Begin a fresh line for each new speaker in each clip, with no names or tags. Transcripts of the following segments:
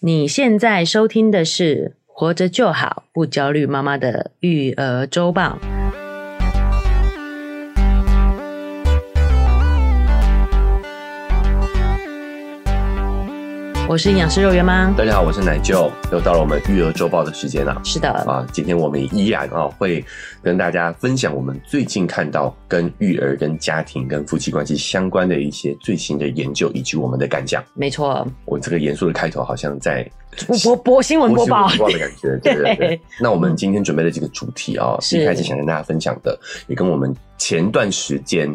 你现在收听的是《活着就好不焦虑妈妈的育儿周报》。我是营养师肉圆妈。
大家好，我是奶舅，又到了我们育儿周报的时间了。
是的，
啊，今天我们依然啊会跟大家分享我们最近看到跟育儿、跟家庭、跟夫妻关系相关的一些最新的研究以及我们的感想。
没错，
我这个严肃的开头好像在
播播播新闻播报
播。新闻播报的感觉，对对对
对。
那我们今天准备的这个主题啊、
是
一开始想跟大家分享的，也跟我们前段时间，哦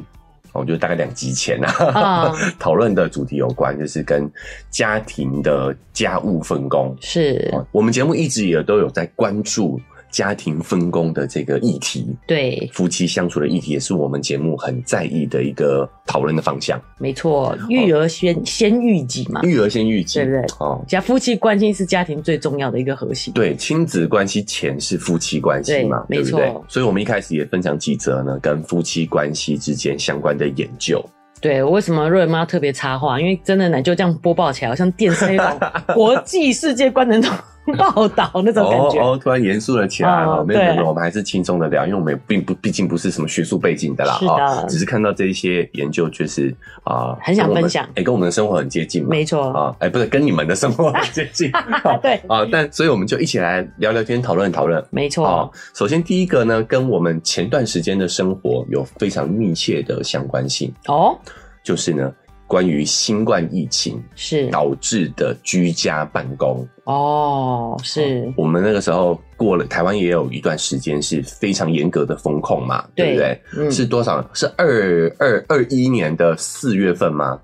我觉得大概两集前啊，
嗯
讨论的主题有关，就是跟家庭的家务分工。
是，
哦我们节目一直也都有在关注家庭分工的这个议题，
对，
夫妻相处的议题也是我们节目很在意的一个讨论的方向。
没错，育儿先先育己嘛，
育儿先育己，
啊对对
哦，
家夫妻关系是家庭最重要的一个核心。
对，亲子关系前是夫妻关系嘛，
对
对
没
不
错
对？所以我们一开始也分享几则呢，跟夫妻关系之间相关的研究。
对，为什么瑞妈特别插话？因为真的奶就这样播报起来，好像电视那种国际世界观的那种 报道那种感
哦
觉。
哦，突然严肃了起来啊！
哦
没有没有
对
没有，我们还是轻松的聊，因为我们也并不毕竟不是什么学术背景的啦
是的
哦只是看到这一些研究，就是啊，
很想分享
哎，跟我们的生活很接近嘛，
没错
啊，哎，不是跟你们的生活很接 近
啊，对，
啊，但所以我们就一起来聊聊天，讨论讨论。
没
哦
错，，
首先第一个呢，跟我们前段时间的生活有非常密切的相关性。
哦，
就是呢，关于新冠疫情
是，
导致的居家办公。
哦，是，
我们那个时候过了，台湾也有一段时间是非常严格的风控嘛，
对
对不对？
嗯，
是多少？是二二二一年的四月份吗？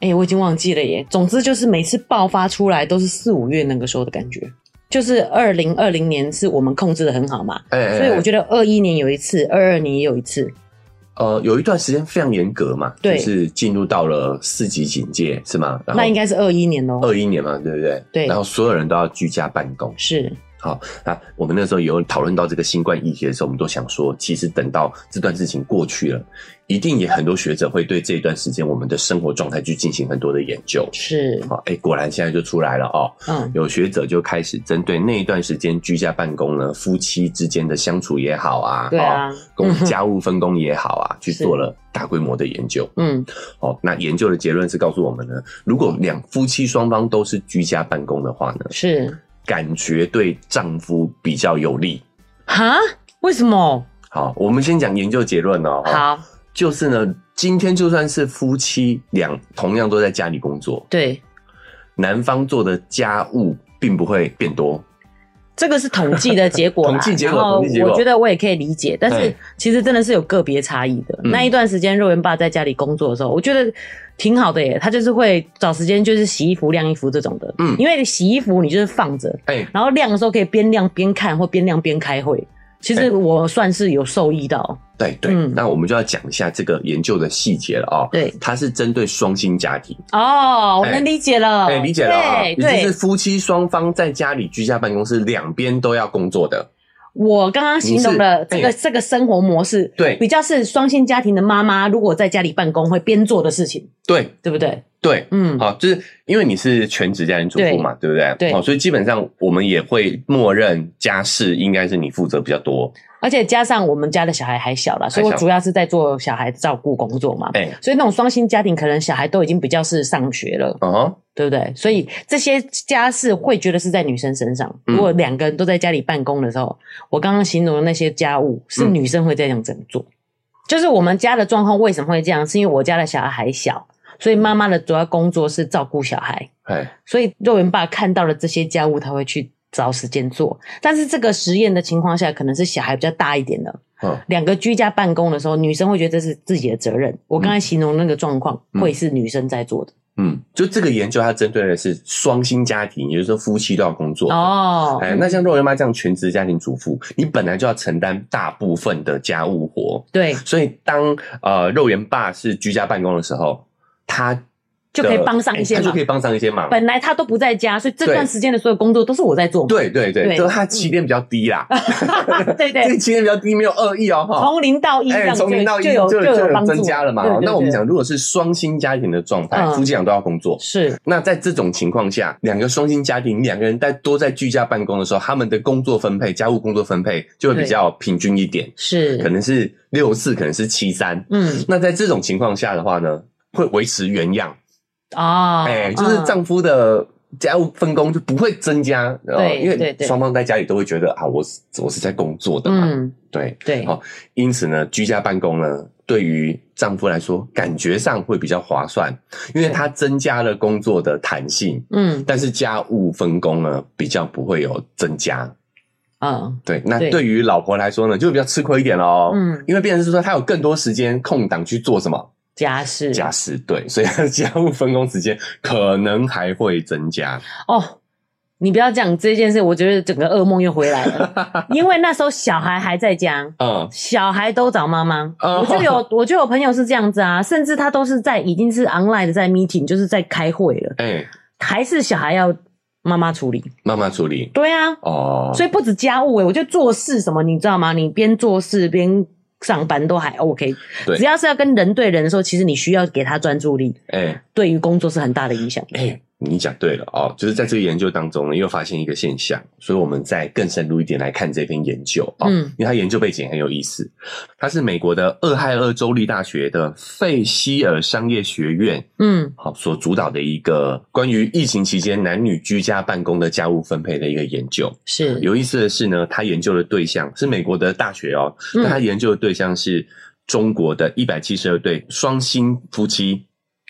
哎、我已经忘记了耶。总之就是每次爆发出来都是四五月那个时候的感觉，就是二零二零年是我们控制的很好嘛，
哎、哎
所以我
哎
觉得二一年有一次，二二年也有一次，
呃，有一段时间非常严格嘛，
对
就是进入到了四级警戒是吗？然后
那应该是二一年哦。
二一年嘛，对不对？
对
然后所有人都要居家办公，
是，
好，那我们那时候有讨论到这个新冠疫情的时候，我们都想说，其实等到这段事情过去了，一定也很多学者会对这一段时间我们的生活状态去进行很多的研究。
是，
好，哎、果然现在就出来了哦。
嗯，
有学者就开始针对那一段时间居家办公呢，夫妻之间的相处也好啊，
对啊
哦，工
嗯哼
家务分工也好啊，去
是
做了大规模的研究。
嗯，
哦，那研究的结论是告诉我们呢，如果两夫妻双方都是居家办公的话呢，
是，
感觉对丈夫比较有利。
哈，为什么？
好，我们先讲研究结论哦。，
好，
就是呢，今天就算是夫妻两同样都在家里工作，
对，
男方做的家务并不会变多。
这个是统计的结果啦
统计结果
然后
统计结果
我觉得我也可以理解，但是
哎
其实真的是有个别差异的。
嗯
那一段时间，肉圆爸在家里工作的时候，我觉得挺好的耶。他就是会找时间，就是洗衣服、晾衣服这种的。
嗯
因为洗衣服你就是放着，
哎、
然后晾的时候可以边晾边看，或边晾边开会。其实
哎
我算是有受益到，
对对，
嗯
那我们就要讲一下这个研究的细节了哦。
对
它是针对双薪家庭，
哦，我
哎
能理解了，
哎、理解了啊、
对
也就是
对，
夫妻双方在家里居家办公是两边都要工作的。
我刚刚形容的这
你是
个
哎
这个生活模式，
对
比较是双薪家庭的妈妈如果在家里办公会边做的事情，
对
对不对？
对，
嗯，
好，就是因为你是全职家庭主妇嘛，对不对？
对
好，所以基本上我们也会默认家事应该是你负责比较多。
而且加上我们家的小孩还小啦，所以我
还小
主要是在做小孩照顾工作嘛。
哎、
所以那种双薪家庭，可能小孩都已经比较是上学了，
嗯哼，
对不对？所以这些家事会觉得是在女生身上。
嗯
如果两个人都在家里办公的时候，我刚刚形容的那些家务是
嗯
女生会这样怎么做？就是我们家的状况为什么会这样？是因为我家的小孩还小，所以妈妈的主要工作是照顾小孩。
哎，
所以肉圆爸看到了这些家务，他会去找时间做。但是这个实验的情况下，可能是小孩比较大一点了，
嗯，
两个居家办公的时候，女生会觉得这是自己的责任。我刚才形容那个状况，
嗯
会是女生在做的
嗯，就这个研究它针对的是双薪家庭，也就是说夫妻都要工作。
哦
哎，那像肉圆妈这样全职家庭主妇，你本来就要承担大部分的家务活，
对，
所以当呃肉圆爸是居家办公的时候，他
就可以帮上一些
他就
忙
可以。帮上一些忙。
本来他都不在家，所以这
对
段时间的所有工作都是我在做。
对对对，
对嗯
就是他起点比较低啦，
对
这个
对，
起点比较低，没有恶意 哦哈。
从零到一，这
哎，
样
从零到一
就有
就
有帮助
增加了嘛哦
对对。对
那我们讲，如果是双薪家庭的状态，
嗯
夫妻俩都要工作，
是
那在这种情况下，两个双薪家庭，两个人在都在居家办公的时候，他们的工作分配、家务工作分配就会比较平均一点，可
是，
能是六四，可能是七三。
嗯
那在这种情况下的话呢，会维持原样，
啊，
哎、就是
嗯
丈夫的家务分工就不会增加，呃
对
因
对
为
对
双方在家里都会觉得啊，我是我是在工作的嘛，
嗯，
对。
对，
好因此呢，居家办公呢，对于丈夫来说，感觉上会比较划算，因为
对
它增加了工作的弹性。
嗯
但是家务分工呢比较不会有增加。
嗯
对，那
对
对于老婆来说呢，就比较吃亏一点喽。
嗯，
因为变成是说，她有更多时间空档去做什么
家事
家事，对，所 以她的家务分工时间可能还会增加。
哦。你不要讲这件事，我觉得整个噩梦又回来 了，因为那时候小孩还在家，
嗯，
小孩都找妈妈。
哦
我就有我就有朋友是这样子啊，甚至他都是在已经是 online 的在 meeting，就是在开会了，
哎、
还是小孩要妈妈处理。
妈妈处理
对啊，
哦，
所以不止家务诶、欸我觉得做事什么，你知道吗？你边做事边上班都还 OK，
对
只要是要跟人对人的时候，其实你需要给他专注力，
哎哎、
对于工作是很大的影响。
你讲对了哦，就是在这个研究当中呢，又发现一个现象，所以我们再更深入一点来看这篇研究哦，
嗯
因为它研究背景很有意思，它是美国的俄亥俄州立大学的费希尔商业学院
嗯
好所主导的一个关于疫情期间男女居家办公的家务分配的一个研究。
是，
有意思的是呢，他研究的对象是美国的大学哦，
嗯
但他研究的对象是中国的一百七十二对双薪夫妻。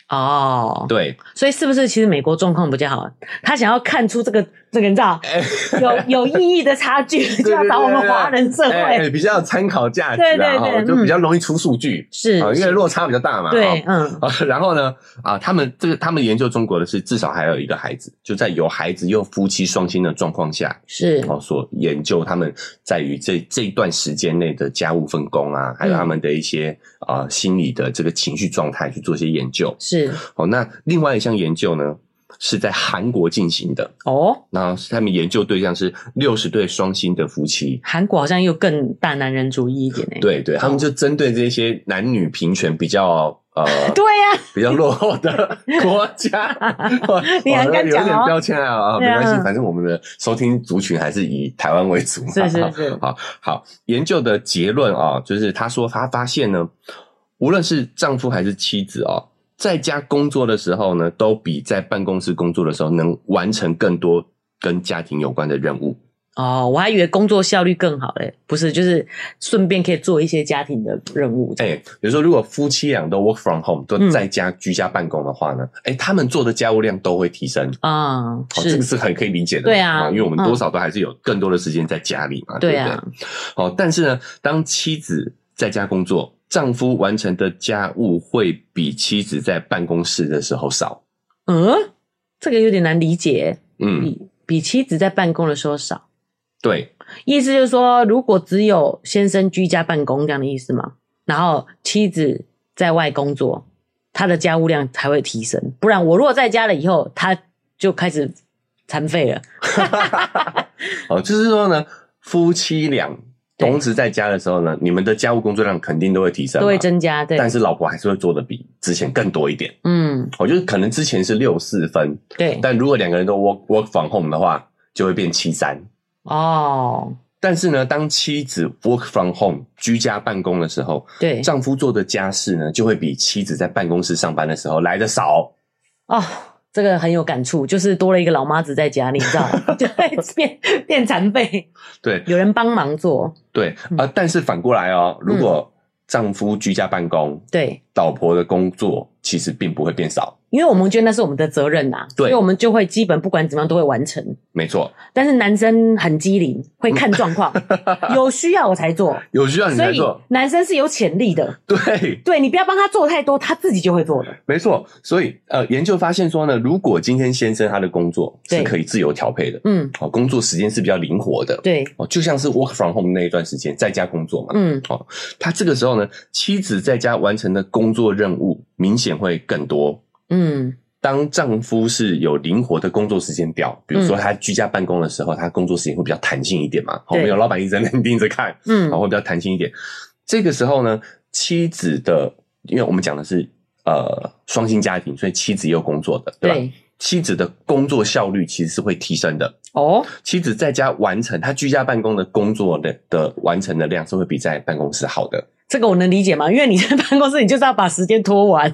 哦，
对，
所以是不是其实美国状况比较好？啊他想要看出这个这个你知 道
哎
有有意义的差距，就要找我们华人社
哎、
会
比较有参考价值
对对
啊，哈
对
就比
嗯
较容易出数据
是
啊，因为
是
落差比较大嘛。
对，
哈
嗯
啊，然后呢？啊，他们这个他们研究中国的是至少还有一个孩子，就在有孩子又夫妻双薪的状况下，
是
哦，所研究他们在于这这一段时间内的家务分工啊，还有
嗯
他们的一些啊、呃心理的这个情绪状态去做一些研究。
是
哦，那另外一项研究呢是在韩国进行的，
哦，
那他们研究对象是六十对双薪的夫妻。
韩国好像又更大男人主义一点欸诶、
对对，他们就针对这些男女平权比较呃
对呀、
比较落后的国 家，哇
你还
哇
敢
有
讲
点
哦
标签啊啊，没
对啊
关系，反正我们的收听族群还是以台湾为主嘛。
是是是
好好，研究的结论啊，就是他说他发现呢，无论是丈夫还是妻子哦，在家工作的时候呢，都比在办公室工作的时候能完成更多跟家庭有关的任务。
哦，我还以为工作效率更好嘞，不是，就是顺便可以做一些家庭的任务。
哎、比如说，如果夫妻俩都 work from home，都
嗯
在家居家办公的话呢，哎、他们做的家务量都会提升。
啊、
哦，这
是
个，是很可以理解的嘛，
对啊
哦因为我们
嗯
多少都还是有更多的时间在家里嘛，
对
不
啊
对？，哦，但是呢，当妻子在家工作，丈夫完成的家务会比妻子在办公室的时候少。
嗯，这个有点难理解，
嗯，
比比妻子在办公的时候少，
对，
意思就是说，如果只有先生居家办公这样的意思嘛，然后妻子在外工作，他的家务量才会提升，不然我如果在家了以后，他就开始残废了。
哦，就是说呢，夫妻俩
对
同时在家的时候呢，你们的家务工作量肯定都会提升，
都会，增加，对，
但是老婆还是会做的比之前更多一点。
嗯，
我觉得可能之哦前是六四分，
对，
但如果两个人都 work work from home 的话，就会变七三。
哦，
但是呢，当妻子 work from home 居家办公的时候，
对，
丈夫做的家事呢，就会比妻子在办公室上班的时候来的少。
哦，这个很有感触，就是多了一个老妈子在家里，你知道吗，就会变变残废，
对
有人帮忙做，
对啊、但是反过来哦，如果丈夫居家办公，
对，
老婆的工作其实并不会变少。
因为我们觉得那是我们的责任呐、啊，所
对
以我们就会基本不管怎么样都会完成。
没错，
但是男生很机灵，会看状 况，有需要我才做，
有需要你
所
才
以
做。
男生是有潜力的。
对，
对你不要帮他做太多，他自己就会做的。
没错。所以呃，研究发现说呢，如果今天先生他的工作是
对
可以自由调配的，
嗯，
哦，工作时间是比较灵活的。
对，
哦，就像是 work from home 那一段时间在家工作嘛，
嗯，
他这个时候呢，妻子在家完成的工作任务明显会更多，
嗯，
当丈夫是有灵活的工作时间表，比如说
嗯
他居家办公的时候，他工作时间会比较弹性一点嘛，后
对
面有老板一直在那边盯着看，哦
嗯
好，会比较弹性一点。这个时候呢，妻子的，因为我们讲的是呃双薪家庭，所以妻子也有工作的，对吧？
对，
妻子的工作效率其实是会提升的。
哦，
妻子在家完成她居家办公的工作的的完成的量是会比在办公室好的。
这个我能理解吗？因为你在办公室，你就是要把时间拖 完、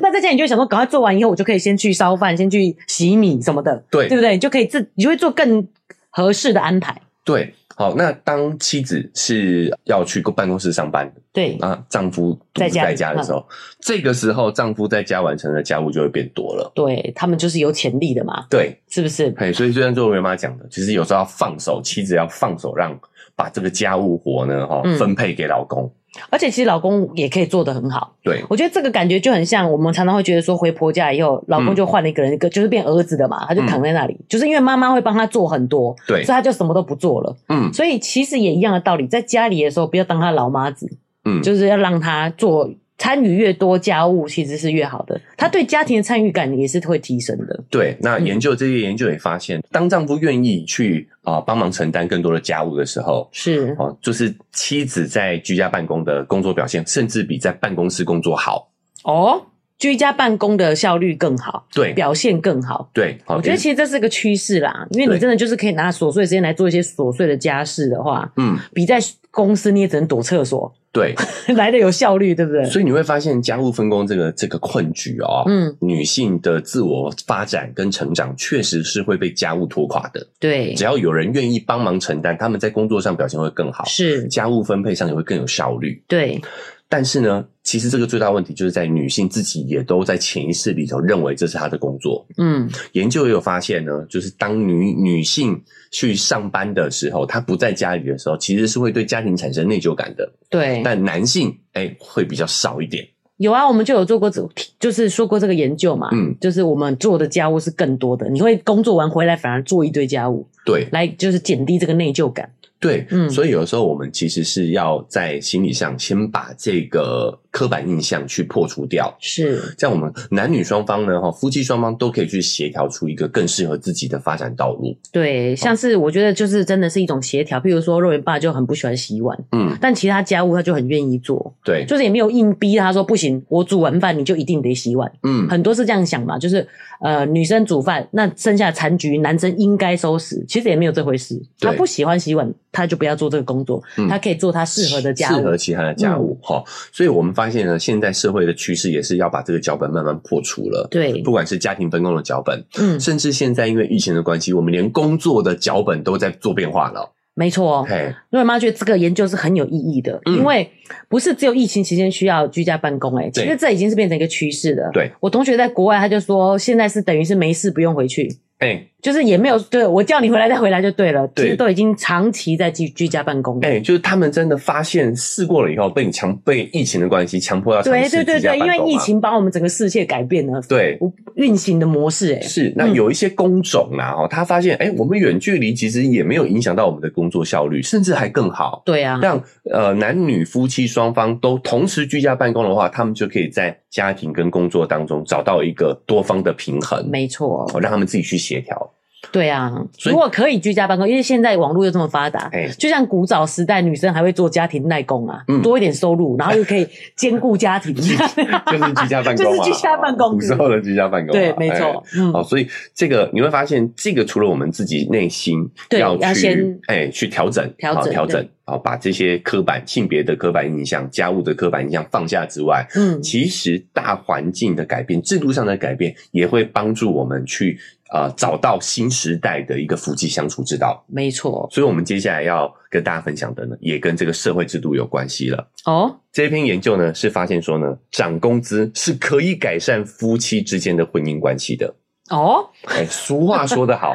那在家你就想说，赶快做完以后，我就可以先去烧饭，先去洗米什么的，
对
对不对？你就可以自，你就会做更合适的安排。
对，好，那当妻子是要去办公室上班，
对，
那丈夫独
在
自
家
在家的时候，这个时候丈夫在家完成的家务就会变多了。
对他们就是有潜力的嘛，
对，
是不是？
嘿，所以就像作为妈讲的，其实有时候要放手，妻子要放手让把这个家务活呢，哈、
嗯
分配给老公。
而且其实老公也可以做得很好，
对，
我觉得这个感觉就很像我们常常会觉得说回婆家以后，老公就换了一个人，一个就是变儿子的嘛，他就躺在那里，就是因为妈妈会帮他做很多，
嗯对
所以他就什么都不做了。
嗯
所以其实也一样的道理，在家里的时候不要当他老妈子，
嗯，
就是要让他做参与越多家务，其实是越好的。他对家庭的参与感也是会提升的。
对。那
嗯
研究这些研究也发现，当丈夫愿意去啊、帮忙承担更多的家务的时候，
是，
哦，就是妻子在居家办公的工作表现，甚至比在办公室工作好。
哦，居家办公的效率更好，
对
表现更好。
对，好，
我觉得其实这是个趋势啦，因为你
对
真的就是可以拿琐碎时间来做一些琐碎的家事的话，
嗯，
比在公司你也只能躲厕所
对，
来的有效率，对不对？
所以你会发现家务分工这个这个困局哦，
嗯，
女性的自我发展跟成长确实是会被家务拖垮的。
对
只，要有人愿意帮忙承担，他们在工作上表现会更好，
是，
家务分配上也会更有效率。
对，
但是呢，其实这个最大问题就是在女性自己也都在潜意识里头认为这是她的工作。
嗯，
研究也有发现呢，就是当女女性去上班的时候，她不在家里的时候，其实是会对家庭产生内疚感的。
对。
但男性哎、会比较少一点。
有啊，我们就有做过这，就是说过这个研究嘛，
嗯，
就是我们做的家务是更多的，你会工作完回来反而做一堆家务，
对
来就是减低这个内疚感。
对，
嗯
所以有时候我们其实是要在心理上先把这个刻板印象去破除掉。
是，
这样我们男女双方呢，哈，夫妻双方都可以去协调出一个更适合自己的发展道路。
对，像是我觉得就是真的是一种协调，譬如说肉圆爸就很不喜欢洗碗，
嗯，
但其他家务他就很愿意做，
对，
就是也没有硬逼他说不行，我煮完饭你就一定得洗碗。
嗯，
很多是这样想嘛，就是呃，女生煮饭，那剩下的残局男生应该收拾，其实也没有这回事。
对
他不喜欢洗碗，他就不要做这个工作，
嗯
他可以做他适合的家
适
务嗯
合。其他的家务哈、所以我们发现呢，现在社会的趋势也是要把这个脚本慢慢破除了。
对
不，管是家庭分工的脚本，
嗯，
甚至现在因为疫情的关系，我们连工作的脚本都在做变化了。
没错哦。
嘿，
瑞妈觉得这个研究是很有意义的，
嗯
因为不是只有疫情期间需要居家办公、欸，哎，其实
对
这已经是变成一个趋势了。
对，
我同学在国外，他就说现在是等于是没事不用回去，
哎
就是也没有对我叫你回来再回来就对了，
对
其实都已经长期在居居家办公了。
哎，就是他们真的发现试过了以后，被你强被疫情的关系强迫要尝
对
试
对对
居家
对，因
办
为
公
疫
嘛
情把我们整个世界改变了，
对。
运行的模式、欸，哎，
是，那
嗯
有一些工种啦，哦，他发现，哎、我们远距离其实也没有影响到我们的工作效率，甚至还更好。
对啊，
让呃男女夫妻双方都同时居家办公的话，他们就可以在家庭跟工作当中找到一个多方的平衡，
没错，
哦，让他们自己去协调。
对啊。
所以
如果可以居家办公，因为现在网络又这么发达，
哎
就像古早时代，女生还会做家庭代工啊，
嗯哦
多一点收入，然后又可以兼顾家 庭。
就是居家办
就
公嘛，
是居家办公
古时候的居家办公嘛，
对，没
哎
错，嗯
好，，所以这个你会发现，这个除了我们自己内心
对要先
去哎去调整、
调整
好调整
对，
好把这些刻板性别的刻板印象、家务的刻板印象放下之外，
嗯，
其实大环境的改变、制度上的改变，也会帮助我们去呃找到新时代的一个夫妻相处之道。
没错。
所以，我们接下来要跟大家分享的呢，也跟这个社会制度有关系了。
哦，
这篇研究呢是发现说呢，涨工资是可以改善夫妻之间的婚姻关系的。
哦，
哎，俗话说得 好，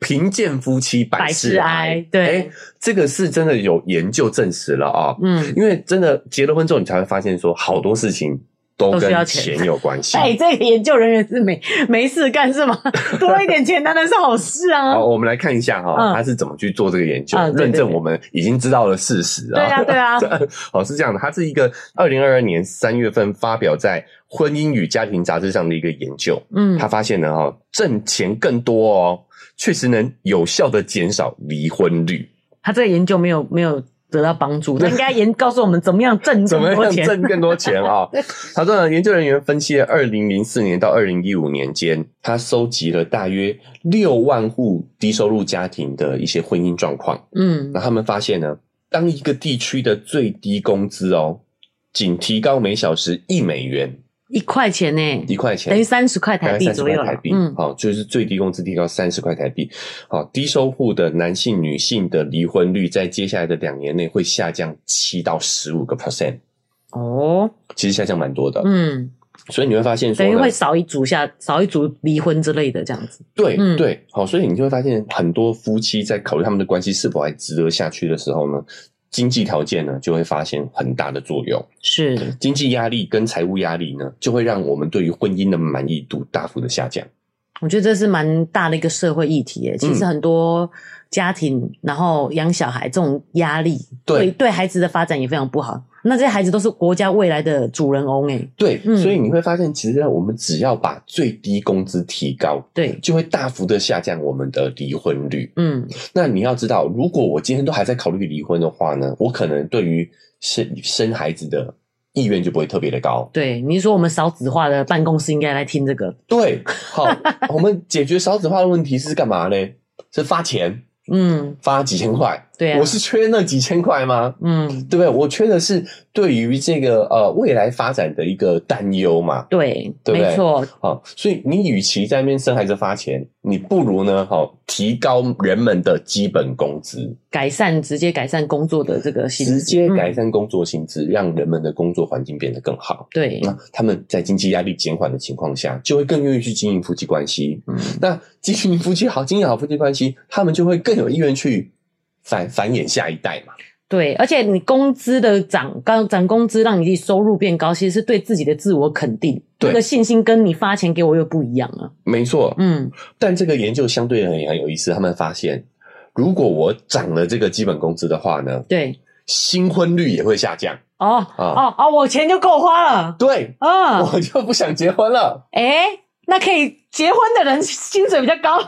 贫贱夫妻百事
百
哀
事哀。对
哎，这个是真的有研究证实了啊、
嗯，
因为真的结了婚之后，你才会发现说，好多事情都
都需要
跟
钱
钱有关系。
哎、这个研究人员是没没事干是吗？ 多一点钱当然是好事啊。
好，我们来看一下哈、
嗯
他是怎么去做这个研究，
嗯对对
认证
对
我们已经知道了事实
对啊，对啊，
哦，是这样的，它是一个二零二二年三月份发表在《婚姻与家庭》杂志上的一个研究，
嗯
他发现呢，哈，挣钱更多哦，确实能有效的减少离婚率。
他这个研究没有没有得到帮助，他应该 研告诉我们 怎么样挣
怎么
更多
样
钱。
挣更多钱 啊、他说呢，研究人员分析了二零零四年到二零一五年间，他收集了大约六万户低收入家庭的一些婚姻状况。
嗯
那他们发现呢，当一个地区的最低工资哦，仅提高每小时一美元，
一块钱呢、
一块钱，
等于三十块台币
大概30
左右
块
了
台币，
嗯
好、就是最低工资提高三十块台币。好、低收户的男性、女性的离婚率在接下来的两年内会下降七到十五个 percent，
哦，
其实下降蛮多的。
嗯，
所以你会发现说
等于
呢，
会少一组下少一组离婚之类的这样子。
对、
嗯
对，好、所以你就会发现很多夫妻在考虑他们的关系是否还值得下去的时候呢，经济条件呢就会发现很大的作用。
是，
经济压力跟财务压力呢，就会让我们对于婚姻的满意度大幅的下降。
我觉得这是蛮大的一个社会议题耶。其
嗯
实很多家庭，然后养小孩这种压力，
对
对孩子的发展也非常不好。那这些孩子都是国家未来的主人翁哎，
对，
嗯
所以你会发现，其实我们只要把最低工资提高，
对，
就会大幅的下降我们的离婚率。
嗯，
那你要知道，如果我今天都还在考虑离婚的话呢，我可能对于生生孩子的意愿就不会特别的高。
对，你是说我们少子化的办公室应该来听这个，
对， 好，我们解决少子化的问题是干嘛呢？是发钱，
嗯，
发几千块。
对啊
我，是缺那几千块吗？
嗯，
对不对？我缺的是对于这个呃未来发展的一个担忧嘛。
对，
对不对
没错，
好、所以你与其在那边生孩子发钱，你不如呢，好、提高人们的基本工资，
改善直接改善工作的这个薪资，
直接改
嗯
善工作薪资，让人们的工作环境变得更好。
对，
那他们在经济压力减缓的情况下，就会更愿意去经营夫妻关系。
嗯，
那经营夫妻好，经营好夫妻关系，他们就会更有意愿去繁繁衍下一代嘛。
对，而且你工资的涨高涨工资，让你的收入变高，其实是对自己的自我肯定，
对
那个信心跟你发钱给我又不一样了。
没错，
嗯，
但这个研究相对而言很有意思，他们发现，如果我涨了这个基本工资的话呢，
对，
新婚率也会下降。
哦
啊
哦哦，我钱就够花了，
对，
嗯，
我就不想结婚了。
诶，那可以结婚的人薪水比较高，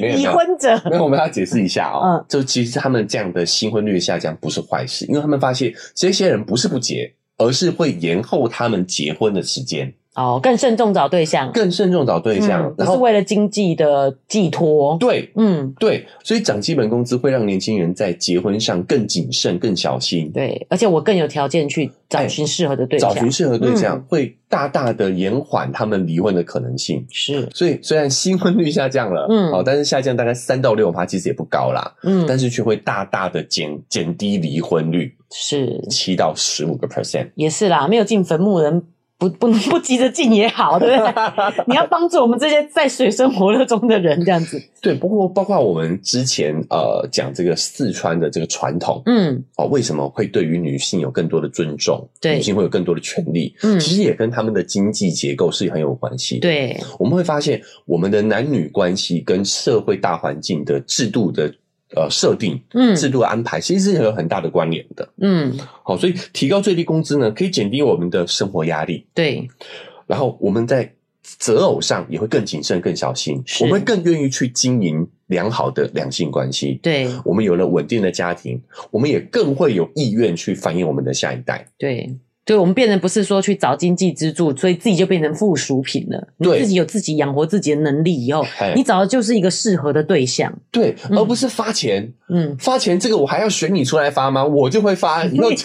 没有
已。婚者，
没有，我们要解释一下哦。
嗯
就其实他们这样的新婚率下降不是坏事，因为他们发现这些人不是不结，而是会延后他们结婚的时间，
哦，更慎重找对象，
更慎重找对象。
嗯不
然
是
后
为了经济的寄托，
对
嗯，
对，所以涨基本工资会让年轻人在结婚上更谨慎、更小心，
对，而且我更有条件去找
哎
寻适合的对象，
找寻适合对象，
嗯
会大大的延缓他们离婚的可能性。
是，
所以虽然新婚率下降了，
嗯
好、但是下降大概三到六趴，其实也不高啦。
嗯，
但是却会大大的减减低离婚率，
是，
七到十五个 percent。
也是啦，没有进坟墓的人不不 不急着进也好，对不对？ 你要帮助我们这些在水深火热中的人，这样子。
对，包括包括我们之前呃讲这个四川的这个传统
嗯
哦，为什么会对于女性有更多的尊重，
对
女性会有更多的权利，
嗯，
其实也跟他们的经济结构是很有关系。，
对，
我们会发现我们的男女关系跟社会大环境的制度的呃设定、
嗯
制度的安排，其实是有很大的关联的。
嗯，
好、所以提高最低工资呢，可以减低我们的生活压力。
对，
然后我们在择偶上也会更谨慎、更小心，
是
我们更愿意去经营良好的两性关系。
对，
我们有了稳定的家庭，我们也更会有意愿去繁衍我们的下一代。
对。对我们变成不是说去找经济支柱，所以自己就变成附属品了。你
对
自己有自己养活自己的能力以后，
哎
你找的就是一个适合的对象。
对，
嗯
而不是发钱，
嗯，
发钱这个我还要选你出来发吗？我就会发，以后就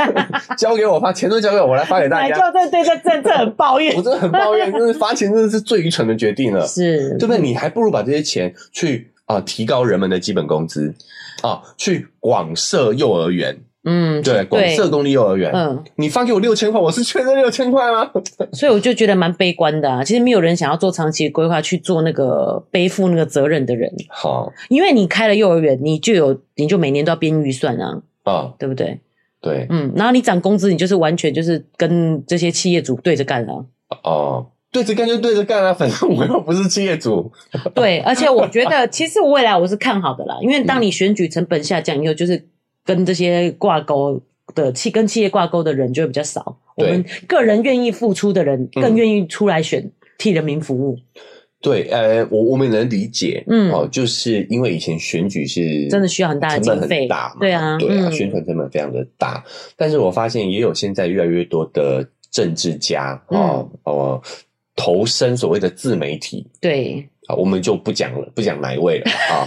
交给我发，钱都交给我，我来发给大
奶
家。
舅这对这政策很抱怨
我，真的很抱怨，就是发钱真的是最愚蠢的决定了。
是
对不对？你还不如把这些钱去啊、提高人们的基本工资啊、去广设幼儿园，
嗯，
对，广
对，
设公立幼儿园。
嗯，
你发给我六千块，我是缺这六千块吗？
所以我就觉得蛮悲观的啊。其实没有人想要做长期的规划，去做那个背负那个责任的人，
好
因为你开了幼儿园，你就有你就每年都要编预算啊，
啊、
对不对？
对，
嗯，然后你涨工资，你就是完全就是跟这些企业主对着干啊。
哦、对着干就对着干啊，反正我又不是企业主。
对，而且我觉得其实未来我是看好的啦，因为当你选举成本下降以后，就是跟这些挂钩的企跟企业挂钩的人就会比较少。我们个人愿意付出的人，
嗯
更愿意出来选替人民服务。
对，呃，我我们也能理解，
嗯
哦，就是因为以前选举是
真的需要很大的
成本
经费
很大嘛，
对啊
对啊，
嗯
宣传成本非常的大。但是我发现也有现在越来越多的政治家哦
嗯
哦投身所谓的自媒体
对，
啊，我们就不讲了，不讲哪一位了啊，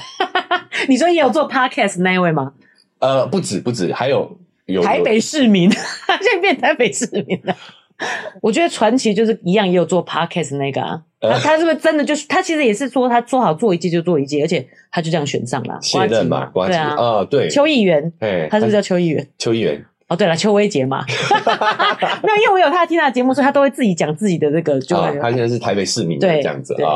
你说也有做 podcast 那一位吗？
呃，不止不止，还有有
台
有
北市民， 现在变台北市民了。我觉得传奇就是一样，也有做 podcast 那个啊，
呃
他他是不是真的就是他其实也是说他做好做一届就做一届，而且他就这样选上了，啊
卸任嘛，
瓜
瓜
吉
吉
对啊，
啊，对，
邱议员，
哎，
他是不是叫邱议员？
邱议员？
哦，对了，邱威杰 嘛， 没有，因为我有他听他的节目，所以他都会自己讲自己的这个，就
啊
会，
他现在是台北市民的
对
这样子
对
啊，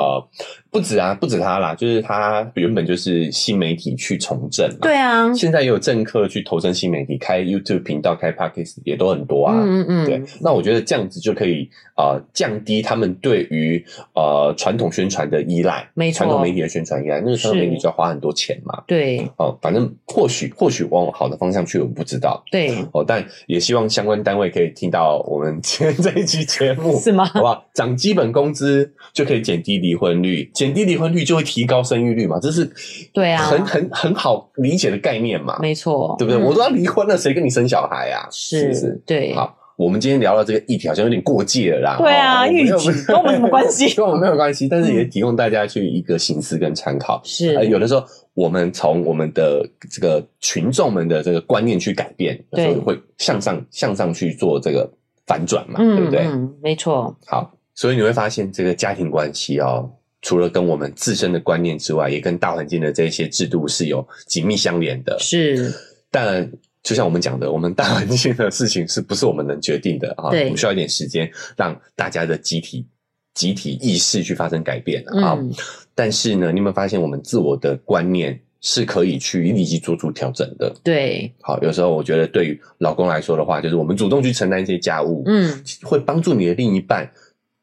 不止啊，不止他啦，就是他原本就是新媒体去从政嘛，
对啊，
现在也有政客去投身新媒体，开 YouTube 频道、开 Podcast 也都很多啊。
嗯嗯
对
嗯，，
那我觉得这样子就可以呃降低他们对于呃传统宣传的依赖，
没错
传统媒体的宣传依赖，那个传统媒体就要花很多钱嘛。
对
哦，反正或许或许往好的方向去，我们不知道
对，
哦，但也希望相关单位可以听到我们今天这一期节目，
是吗？
好不好？涨基本工资就可以减低离婚率，减低离婚率就会提高生育率嘛，这是
对啊
很很很好理解的概念嘛。
没错，
对不对？
嗯
我都要离婚了，谁跟你生小孩啊？是不
是
是？，
对，
好，我们今天聊到这个议题，好像有点过界了啦。
对啊
哦我们
预
又
警跟我们什么关系
跟我们没有关系，但是也
嗯
提供大家去一个形式跟参考。
是
呃，有的时候我们从我们的这个群众们的这个观念去改变，有时候
对
会向上向上去做这个反转嘛，对
嗯
不对？
嗯，没错，
好，所以你会发现这个家庭关系哦，除了跟我们自身的观念之外，也跟大环境的这些制度是有紧密相连的。
是。
但就像我们讲的，我们大环境的事情是不是我们能决定的啊？
对
我们需要一点时间让大家的集体集体意识去发生改变啊。
嗯，
但是呢，你有没有发现我们自我的观念是可以去立即做出调整的？
对，
好，有时候我觉得对于老公来说的话，就是我们主动去承担一些家务，
嗯，
会帮助你的另一半。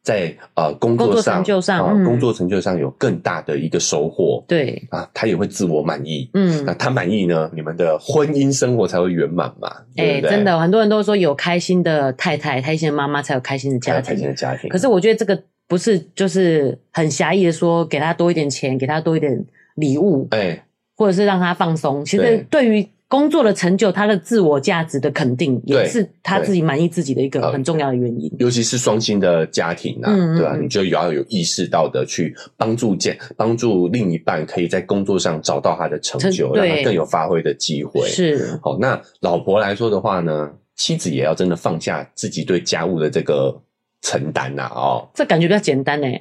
在呃工
工
作
作
上
成就上
啊
嗯
工作成就上有更大的一个收获
对，
啊，他也会自我满意，
嗯
那，他满意呢，你们的婚姻生活才会圆满嘛，对
哎，
不对？
真，的，很多人都说有开心的太太、开心的妈妈才有开心的
才
家
有开心
庭。
的家庭。
可是我觉得这个不是就是很狭义的说，给他多一点钱，给他多一点礼物，
哎，
或者是让他放松。其
对
实对于工作的成就，他的自我价值的肯定，也
对
是他自己满意自己的一个
好
很重要的原因。
尤其是双薪的家庭啊，
嗯嗯
对吧、
嗯
你就也要有意识到的去帮助见帮助另一半，可以在工作上找到他的成就，
成对
让他更有发挥的机会。，
是，，
好，那老婆来说的话呢，妻子也要真的放下自己对家务的这个承担呐、哦
这感觉比较简单哎。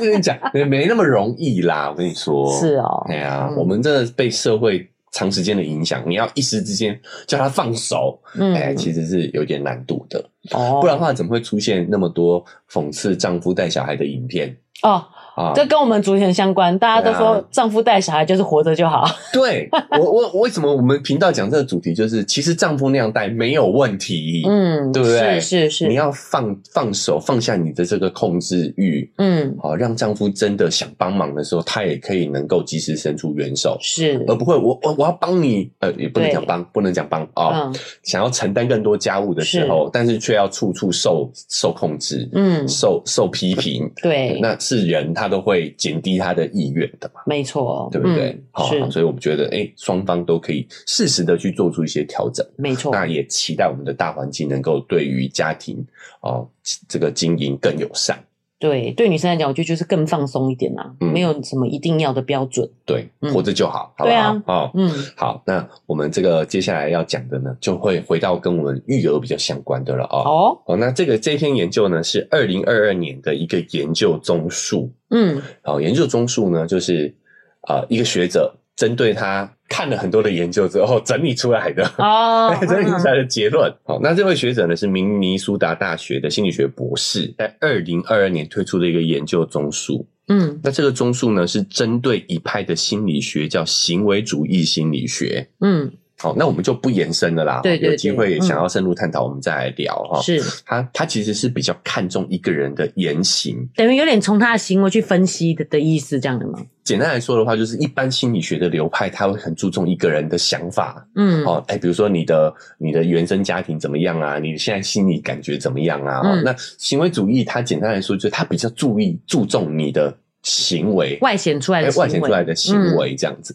我 跟你讲，没那么容易啦，我跟你说，
是哦，
哎呀，
嗯
我们真的被社会长时间的影响，你要一时之间叫他放手，哎，
嗯，
其实是有点难度的。
哦，
不然的话，怎么会出现那么多讽刺丈夫带小孩的影片
哦，
啊？
这跟我们主题很相关，大家都
对
说
啊
丈夫带小孩就是活着就好。
对我，我我为什么我们频道讲这个主题，就是其实丈夫那样带没有问题，
嗯，
对不对
是是
你
是，
要放放手，放下你的这个控制欲。
嗯，
好，让丈夫真的想帮忙的时候，他也可以能够及时伸出援手，
是，
而不会我我我要帮你，呃，也不能
对
讲帮，不能讲帮啊，
嗯
想要承担更多家务的时候，但是却要处处受受控制、
嗯，
受受批评，
对，
那是人他都会减低他的意愿的嘛，
没错，
对不对？
嗯
好好，
是
所以我们觉得，哎，双方都可以适时的去做出一些调整。
没错，
那也期待我们的大环境能够对于家庭哦这个经营更友善。
对，对女生来讲，我觉得就是更放松一点啦，
嗯
没有什么一定要的标准。
对，
嗯
活着就好，好不
对
好？
啊
哦，
嗯，
好，那我们这个接下来要讲的呢，就会回到跟我们育儿比较相关的了哦。
哦，
哦，那这个这篇研究呢是二零二二年的一个研究综述。
嗯，
哦，研究综述呢就是啊、呃一个学者针对他看了很多的研究之后整理出来的。，
哦
整理出
嗯
来哎的结论。好，那这位学者呢是明尼苏达大学的心理学博士，在二零二二年推出的一个研究综述。
嗯
那这个综述呢是针对一派的心理学叫行为主义心理学。
嗯，
好、那我们就不延伸了啦。
对对
有机
对
会
嗯
想要深入探讨，我们再来聊哈。
是
他他其实是比较看重一个人的言行。
等于有点从他的行为去分析的的意思，这样的吗？
简单来说的话，就是一般心理学的流派，他会很注重一个人的想法。
嗯，
哦，哎，比如说你的你的原生家庭怎么样啊？你现在心理感觉怎么样啊？哦
嗯，
那行为主义，它简单来说，就是它比较注意注重你的行为。
外显出来的
哎
行为，嗯
外显出来的行为这样子，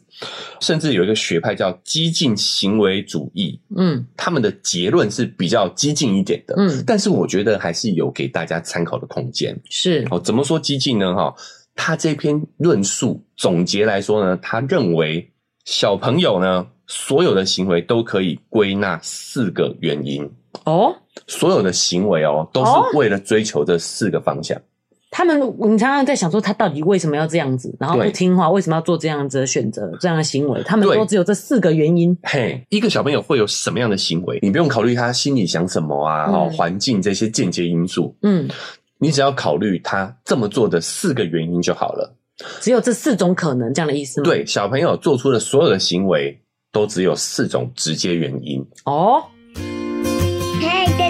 甚至有一个学派叫激进行为主义，
嗯
他们的结论是比较激进一点的，
嗯，
但是我觉得还是有给大家参考的空间。
是
哦，怎么说激进呢？哈、他这篇论述总结来说呢，他认为小朋友呢所有的行为都可以归纳四个原因，
哦。
所有的行为哦都
哦
是为了追求这四个方向。
他们，你常常在想说他到底为什么要这样子，然后不
对
听话，为什么要做这样子的选择、这样的行为？他们
对
都只有这四个原因。
嘿，一个小朋友会有什么样的行为？你不用考虑他心里想什么啊，
嗯
哦，环境这些间接因素，
嗯，
你只要考虑他这么做的四个原因就好了。
只有这四种可能，这样的意思吗？，
对，小朋友做出的所有的行为都只有四种直接原因。
哦，
嗨，大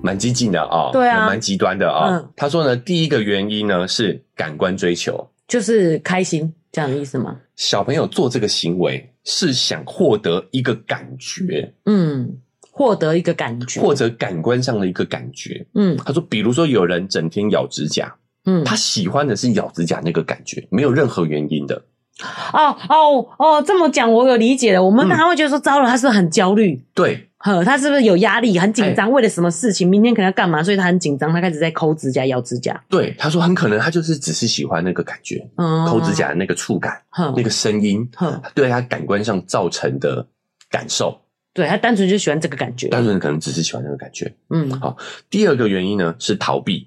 蛮激进的哦，
对啊
蛮极端的哦。
嗯
他说呢，第一个原因呢是感官追求，
就是开心这样的意思吗？
小朋友做这个行为是想获得一个感觉，
嗯，获得一个感觉，
或者感官上的一个感觉。
嗯
他说，比如说有人整天咬指甲，
嗯，
他喜欢的是咬指甲那个感觉，没有任何原因的。
哦哦哦，这么讲我有理解了。我们
嗯
常常会觉得说，糟了，他是不是很焦虑？
对，
呵，他是不是有压力，很
哎
紧张？为了什么事情，明天可能要干嘛，所以他很紧张，他开始在抠指甲、咬指甲，
对，他说很可能他就是只是喜欢那个感觉，
嗯，
抠指，甲的那个触感、
呵
那个声音，
呵，
对他感官上造成的感受，
对他单纯就喜欢这个感觉，
单纯可能只是喜欢那个感觉。
嗯，
第二个原因呢是逃避，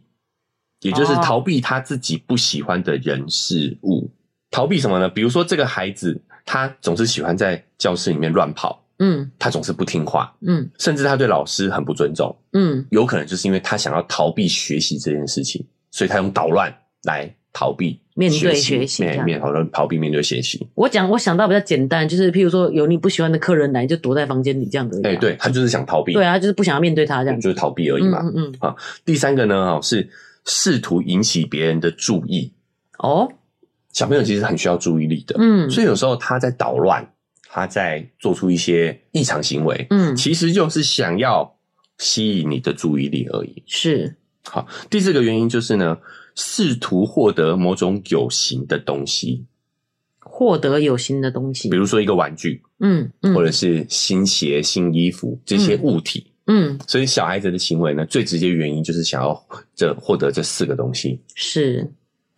也就是
哦
逃避他自己不喜欢的人事物。逃避什么呢？比如说这个孩子，他总是喜欢在教室里面乱跑，
嗯
他总是不听话，
嗯
甚至他对老师很不尊重。
嗯，
有可能就是因为他想要逃避学习这件事情，所以他用捣乱来逃避
面对
学
学习这
面
样
面好像逃避面对学习。
我讲我想到比较简单，就是譬如说有你不喜欢的客人来，你就躲在房间里这样子，
哎、对他就是想逃避，
啊对啊，他就是不想要面对他这样子，
就是逃避而已
嗯
嘛。
嗯嗯，
第三个呢，哦，是试图引起别人的注意。
哦，
小朋友其实很需要注意力的，
嗯
所以有时候他在捣乱，他在做出一些异常行为，
嗯
其实就是想要吸引你的注意力而已。
是，
好，第四个原因就是呢，试图获得某种有形的东西，
获得有形的东西
比，如说一个玩具，
嗯嗯
或者是新鞋、新衣服这些物体。
嗯
所以小孩子的行为呢，最直接原因就是想要这获得这四个东西：
是，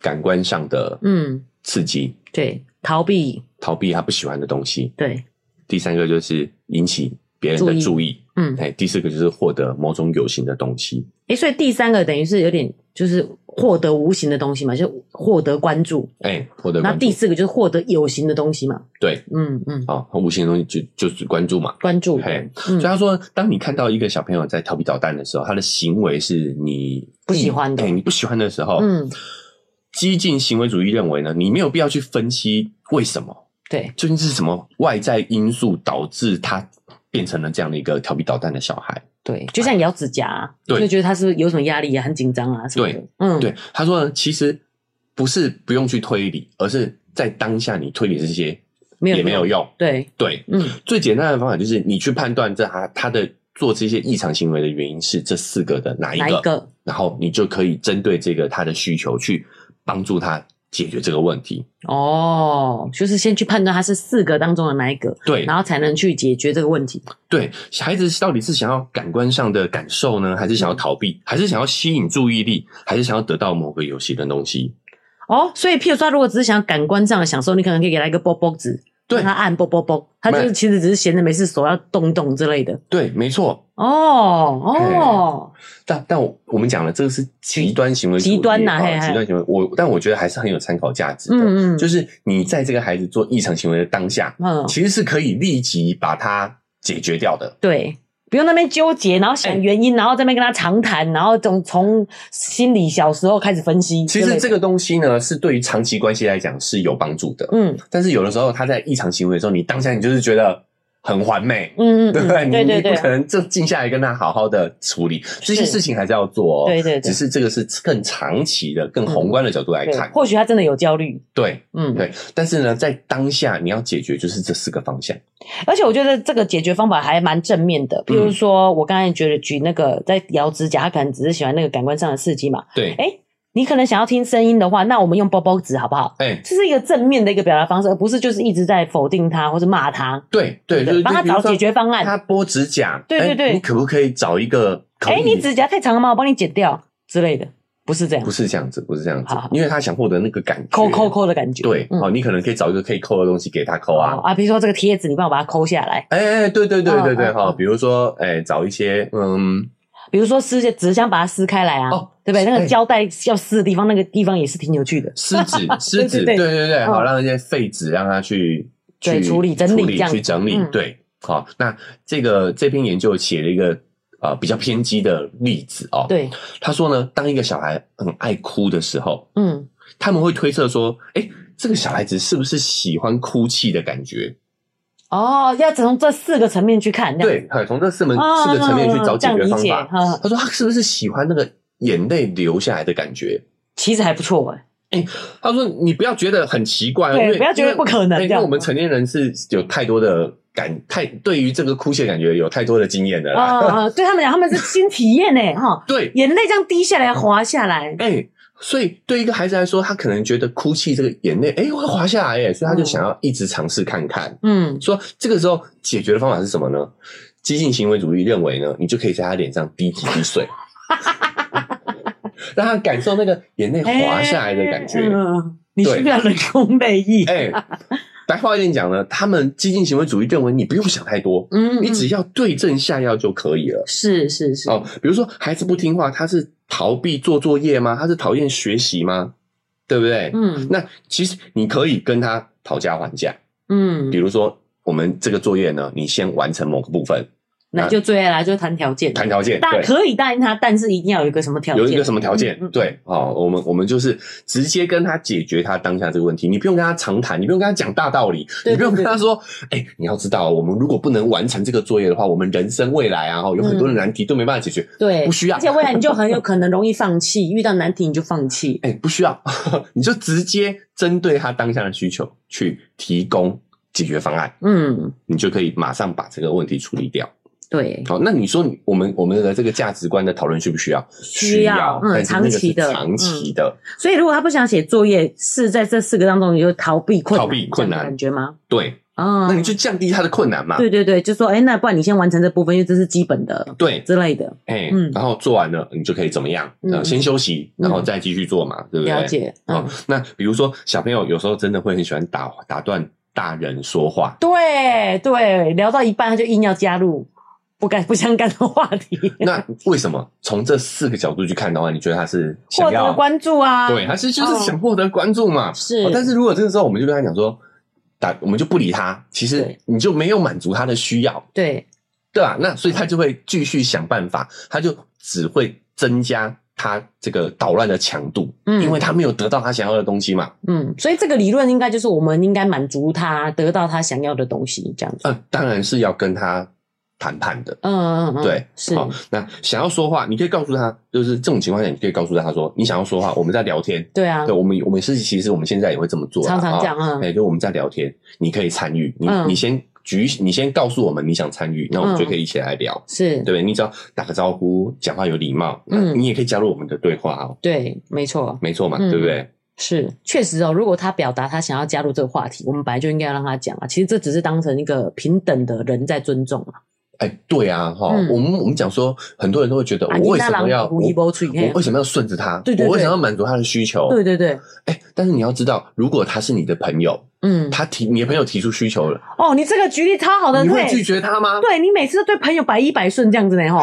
感官上的
嗯
刺激，
对，逃避
逃避他不喜欢的东西；
对，
第三个就是引起别人的
注
注意；
嗯。
哎，第四个就是获得某种有形的东西。
诶，所以第三个等于是有点就是获得无形的东西嘛，就获得关注。
哎，获得
那
关
第
注。
四个就是获得有形的东西嘛，
对，
嗯嗯，
啊、哦，无形的东西就就是关注嘛。
关注，
嘿所以
嗯
他说，当你看到一个小朋友在调皮捣蛋的时候，他的行为是你
不喜欢的
哎你不喜欢的时候，
嗯，
激进行为主义认为呢，你没有必要去分析为什么，
对，
究竟是什么外在因素导致他变成了这样的一个调皮捣蛋的小孩。
对，就像咬指甲、啊，
对
就觉得他是不是有什么压力啊，很紧张啊什么的，嗯，
对，他说呢，其实不是不用去推理，而是在当下你推理这些
没有
也没有
用，
用。
对，
对，
嗯
最简单的方法就是你去判断这他他的做这些异常行为的原因是这四个的哪一
哪一个？
然后你就可以针对这个他的需求去帮助他解决这个问题。
哦，就是先去判断它是四个当中的哪一个，
对
然后才能去解决这个问题。
对，孩子到底是想要感官上的感受呢，还是想要逃
嗯
避，还是想要吸引注意力，还是想要得到某个游戏的东西？
哦，所以譬如说，他如果只是想感官上的享受，你可能可以给他一个波波子，
对
让他按啵啵啵，他就是
没
其实只是闲着没事手要动一动之类的。
对，没错。
哦哦，
但但我我们讲了，这个是极端行为主义，
极端呐
啊
嘿嘿
极端行为。我但我觉得还是很有参考价值的。
嗯嗯
就是你在这个孩子做异常行为的当下，
嗯，
其实是可以立即把它解决掉的。
对，不用那边纠结，然后
哎
想原因，然后这边跟他长谈，然后从从心理小时候开始分析之
其
类的。
实这个东西呢，是对于长期关系来讲是有帮助的。
嗯，
但是有的时候他在异常行为的时候，你当下你就是觉得很完美，
嗯嗯嗯，
对不 对？你
对对
你不可
对，
能就静下来跟他好好的处理这些事情，还是要做哦。
对对对
只是这个是更长期的、更宏观的角度来
对
看，
或许他真的有焦虑，
对
嗯，
对。但是呢，在当下你要解决就是这四个方向，
而且我觉得这个解决方法还蛮正面的，比如
嗯
说我刚才觉得举那个在摇指甲，他可能只是喜欢那个感官上的刺激嘛。
对，
哎，你可能想要听声音的话，那我们用包包纸好不好？
哎，
这是一个正面的一个表达方式，而不是就是一直在否定他或者骂他，
对对，就
对
是
帮他
就比如
找
说
解决方案
他剥指甲，
对
哎
对对
你可不可以找一个可
哎，
以？
你指甲太长了吗？我帮你剪掉之类的，不是这样
不，是这样子，不是这样子
好好，
因为他想获得那个感觉，
抠抠。抠的感觉。
对，
嗯
哦，你可能可以找一个可以抠的东西给他抠啊
哦，啊，比如说这个贴纸，你帮我把它抠下来。
哎哎，对对对对对
哦哦
哈，
哦
比如说，哎，找一些嗯，
比如说撕纸箱，把它撕开来啊，
哦
对不对？那
哎
个胶带要撕的地方，那个地方也是挺有趣的。
湿 纸湿纸，
对对
对
对
对对，好，
嗯
让那些废纸让它去
对
去
处理整理
处
这样
去整理
嗯，
对，好，那这个这篇研究写了一个呃比较偏激的例子哦，，
对，
他说呢，当一个小孩很爱哭的时候，
嗯，
他们会推测说，哎，这个小孩子是不是喜欢哭泣的感觉？
哦，要从这四个层面去看，这样
对，好，从这四门
哦
四个层面去找解决方
这样理解
法
嗯。
他说他是不是喜欢那个眼泪流下来的感觉？
其实还不错哎。
他说：“你不要觉得很奇怪哦，
对
因为
不要觉得不可能
因为
这
因为
样
我们成年人是有太多的感，太对于这个哭泣的感觉有太多的经验的啦。
啊、啊对他们讲，他们是新体验呢，哈，
对，
眼泪这样滴下来，滑下来，
哎、所以对一个孩子来说，他可能觉得哭泣这个眼泪，哎、会滑下来，哎，所以他就想要一直尝试看看。
嗯，
说这个时候解决的方法是什么呢？激进行为主义认为呢，你就可以在他脸上滴几 滴水，让他感受那个眼泪 滑下来的感觉。
哎嗯你
对
需要人工泪液，
哎、白话一点讲呢，他们激进行为主义认为你不用想太多，
嗯，
你
嗯
只要对症下药就可以了。
是是是，
哦，比如说孩子不听话，他是逃避做作业吗？他是讨厌学习吗？对不对？
嗯
那其实你可以跟他讨价还价，
嗯
比，如说我们这个作业呢，你先完成某个部分，
那就最爱来就谈条件，
谈条件，
大
对，
可以答应他，但是一定要有一个什么条件，
有一个什么条件
嗯？嗯
对，哦，我们我们就是直接跟他解决他当下这个问题，你不用跟他长谈，你不用跟他讲大道理，
对
你不用
对
跟
对
他说，哎，你要知道，我们如果不能完成这个作业的话，我们人生未来啊，哦有很多
嗯
的难题都没办法解决，
对，
不需要
而且未来你就很有可能容易放弃，遇到难题你就放弃，
哎，不需要， 你就直接针对他当下的需求去提供解决方案，
嗯，
你就可以马上把这个问题处理掉。
对，
好，那你说你我们我们的这个价值观的讨论需不需要？
需要嗯
但是那个
长期
是
的嗯
长期的，
所以如果他不想写作业，是在这四个当中，你就逃避困难，
逃避困难
这样的感觉吗？
对，
啊、
那你就啊降低他的困难嘛。
对对对，就说哎，那不然你先完成这部分，因为这是基本的
对，
之类的。
哎、
嗯
然后做完了，你就可以怎么样？
嗯
呃，先休息，然后
嗯
再继续做嘛，对不对？
了解，
哦
嗯，，
那比如说小朋友有时候真的会很喜欢打打断大人说话，
对对，聊到一半他就硬要加入不干不相干的话题，
那为什么？从这四个角度去看的话，你觉得他是
获
想
得
要
关注啊，
对，他是就是想获得关注嘛？
是
哦但是如果这个时候我们就跟他讲说，打我们就不理他，其实
对
你就没有满足他的需要，
对
对吧、那所以他就会继续想办法，他就只会增加他这个捣乱的强度，
嗯
因为他没有得到他想要的东西嘛。
嗯，所以这个理论应该就是我们应该满足他，得到他想要的东西，这样子。
呃，当然是要跟他谈判的。
嗯嗯嗯，
对，
是，
好，那想要说话，你可以告诉他，就是这种情况下，你可以告诉他说，你想要说话，我们在聊天。
对啊
对，，我们我们是其实我们现在也会这么做啦，
常常
啊
这样啊
哎、，就我们在聊天，你可以参与，你、
嗯
你先举，你先告诉我们你想参与，那我们就可以一起来聊，
是
对不，对？你只要打个招呼，讲话有礼貌，嗯，
嗯
你也可以加入我们的对话哦，
对，没错，
没错嘛，
嗯
对不对？
是，确实哦。如果他表达他想要加入这个话题，我们本来就应该让他讲啊。其实这只是当成一个平等的人在尊重啊。
哎、对啊，哈、
嗯
我们我们讲说，很多人都会觉得
啊
我为什么要
你那人无一
我
无处嘿
我为什么要顺着他？
对对对
我为什么要满足他的需求？
对对对，
哎、但是你要知道，如果他是你的朋友，
嗯，
他提你的朋友提出需求了，
哦，你这个举例超好的，
你
对
会拒绝他吗？
对你每次都对朋友百依百顺这样子呢，吼，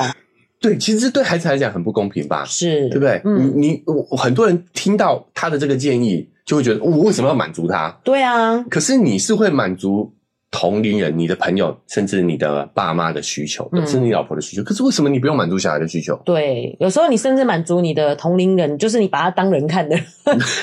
对，其实对孩子来讲很不公平吧，
是，
对不对？
嗯，
你你我我很多人听到他的这个建议，就会觉得我为什么要满足他？
对啊，
可是你是会满足同龄人、你的朋友，甚至你的爸妈的需求的，
嗯
甚至你老婆的需求。可是为什么你不用满足小孩的需求？
对，有时候你甚至满足你的同龄人，就是你把他当人 看的，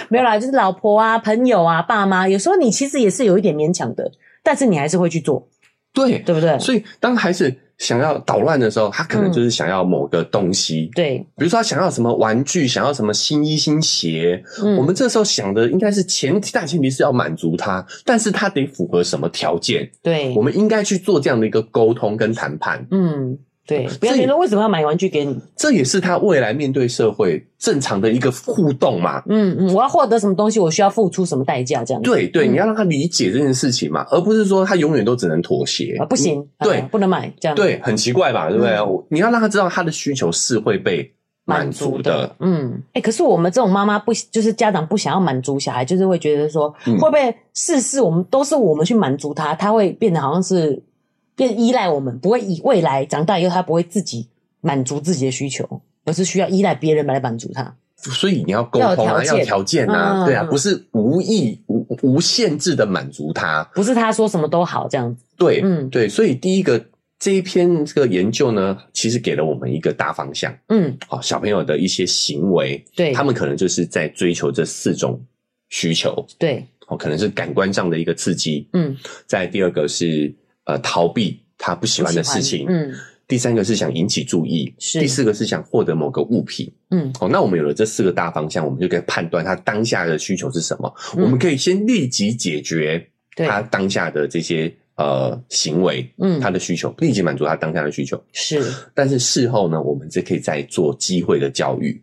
没有啦，就是老婆啊、朋友啊、爸妈，有时候你其实也是有一点勉强的，但是你还是会去做，
对，
对不对？
所以当孩子想要捣乱的时候，他可能
嗯
就是想要某个东西，
对，
比如说他想要什么玩具，想要什么新衣新鞋。
嗯，
我们这时候想的应该是前提大前提是要满足他，但是他得符合什么条件？
对
我，们应该去做这样的一个沟通跟谈判。
嗯，对，不要
所以
觉得为什么要买玩具给你？
这也是他未来面对社会正常的一个互动嘛。
嗯嗯，我要获得什么东西，我需要付出什么代价？这样子
对对，
嗯
你要让他理解这件事情嘛，而不是说他永远都只能妥协
啊，不。行，啊
对
不能买这样，，
对，很奇怪吧，对不对？
嗯
我你要让他知道他的需求是会被满
满
足
足
的
的，，嗯，哎、可是我们这种妈妈不就是家长不想要满足小孩，就是会觉得说，
嗯
会不会事事我们都是我们去满足他，他会变得好像是变依赖我们，不会以未来长大以后他不会自己满足自己的需求，而是需要依赖别人来满足他。
所以你要沟通啊，
要有条
要
件
有条件啊，
嗯
对啊，
嗯
不是无意无无限制的满足他，
不是他说什么都好这样子，
对
嗯
对，所以第一个这一篇这个研究呢，其实给了我们一个大方向，
嗯，
好，小朋友的一些行为，
对，
他们可能就是在追求这四种需求，
对，
哦，可能是感官上的一个刺激，
嗯，
再第二个是呃逃避他不喜欢的事情，
不喜欢嗯，
第三个是想引起注意，
是
第四个是想获得某个物品，
嗯，
哦，那我们有了这四个大方向，我们就可以判断他当下的需求是什么，
嗯
我们可以先立即解决
对，
他当下的这些呃行为，
嗯
他的需求，立即满足他当下的需求，
是。
但是事后呢，我们这可以再做机会的教育，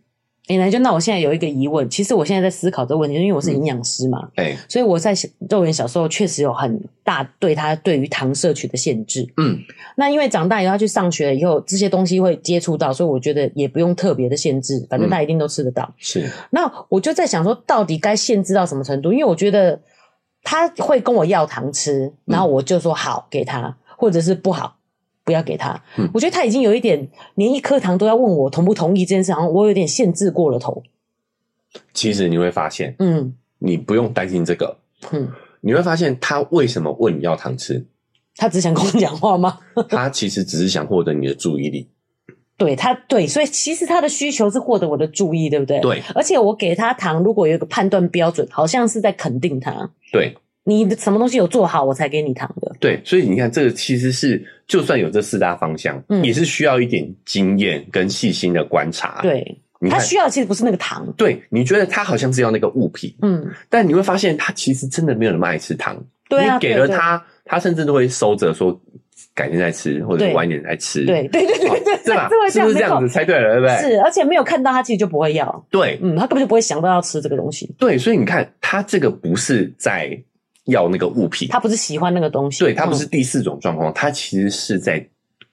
哎、南就那我现在有一个疑问，其实我现在在思考这个问题，因为我
嗯
是营养师嘛，
哎，
所以我在小肉圆小时候确实有很大对他对于糖摄取的限制。
嗯，
那因为长大以后他去上学了以后，这些东西会接触到，所以我觉得也不用特别的限制，反正他一定都吃得到。
是，
那我就在想说，到底该限制到什么程度？因为我觉得他会跟我要糖吃，然后我就说好给他，或者是不好。不要给他，
嗯
我觉得他已经有一点连一颗糖都要问我同不同意这件事，好像我有点限制过了头。
其实你会发现，
嗯
你不用担心这个，
嗯，
你会发现他为什么问你要糖吃，
他只想跟我讲话吗？
他其实只是想获得你的注意力。
对他对，所以其实他的需求是获得我的注意，对不对？。
对
而且我给他糖，如果有一个判断标准，好像是在肯定他，
对
你的什么东西有做好，我才给你糖的。
对，所以你看，这个其实是就算有这四大方向，
嗯
也是需要一点经验跟细心的观察。，
对，
你
他
看，
需要的其实不是那个糖，
对你觉得他好像是要那个物品，
嗯，
但你会发现他其实真的没有那么爱吃糖。
对啊，
你给
对
了，他，他甚至都会收着说改天再吃，或者
对
晚一点再吃。
对 对对对对对，
对吧
这？么
是不是这样
讲
子
没
猜对了？对不
错，
对？
是，而且没有看到他，其实就不会要，
对，
嗯，他根本就不会想到要吃这个东西，
对，所以你看，他这个不是在要那个物品，
他不是喜欢那个东西，
对他
嗯
不是第四种状况，他其实是在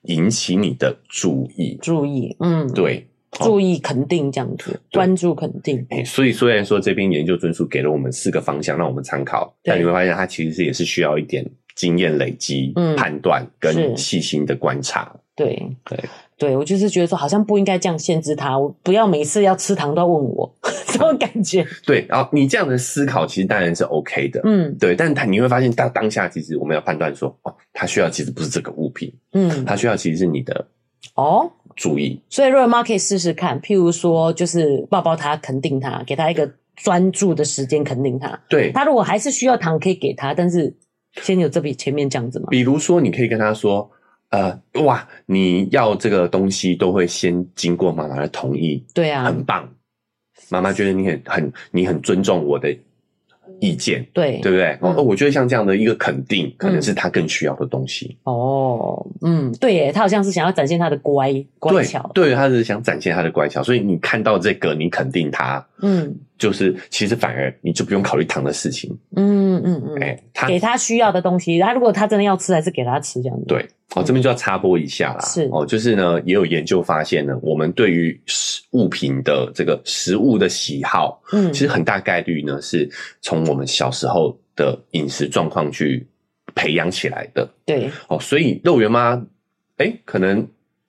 引起你的注意。
注意，嗯，，
对，哦
注意肯定这样子，关注肯定，嗯
哎，所以虽然说这篇研究论述给了我们四个方向让我们参考，
对
但你会发现它其实也是需要一点经验累积、
嗯
判断跟
是
细心的观察。
对
对，
对，我就是觉得说，好像不应该这样限制他，我不要每次要吃糖都要问我 这种感觉。
对，然后你这样的思考其实当然是 OK 的。
嗯
对，但他你会发现，当当下其实我们要判断说，哦，他需要其实不是这个物品，
嗯，
他需要其实是你的
哦，
注意。
所以瑞妈可以试试看，譬如说，就是抱抱他，肯定他，给他一个专注的时间，肯定他。
对，
他如果还是需要糖，可以给他，但是先有这笔前面这样子嘛。
比如说，你可以跟他说，呃，哇，你要这个东西都会先经过妈妈的同意，
对啊，
很棒。妈妈觉得你很很你很尊重我的意见，
对
对不对？
嗯
哦，我觉得像这样的一个肯定，可能是他更需要的东西。
哦，嗯，对耶，他好像是想要展现他的乖乖
对
巧，。
对，他是想展现他的乖巧，所以你看到这个，你肯定他，
嗯
就是其实反而你就不用考虑糖的事情。
嗯嗯嗯，
哎、他
给他需要的东西，他如果他真的要吃，还是给他吃这样子。
对哦，这边就要插播一下啦。
是
哦，就是呢，也有研究发现呢，我们对于食物品的这个食物的喜好，
嗯，
其实很大概率呢是从我们小时候的饮食状况去培养起来的。
对，
哦，所以肉圆妈，哎，可能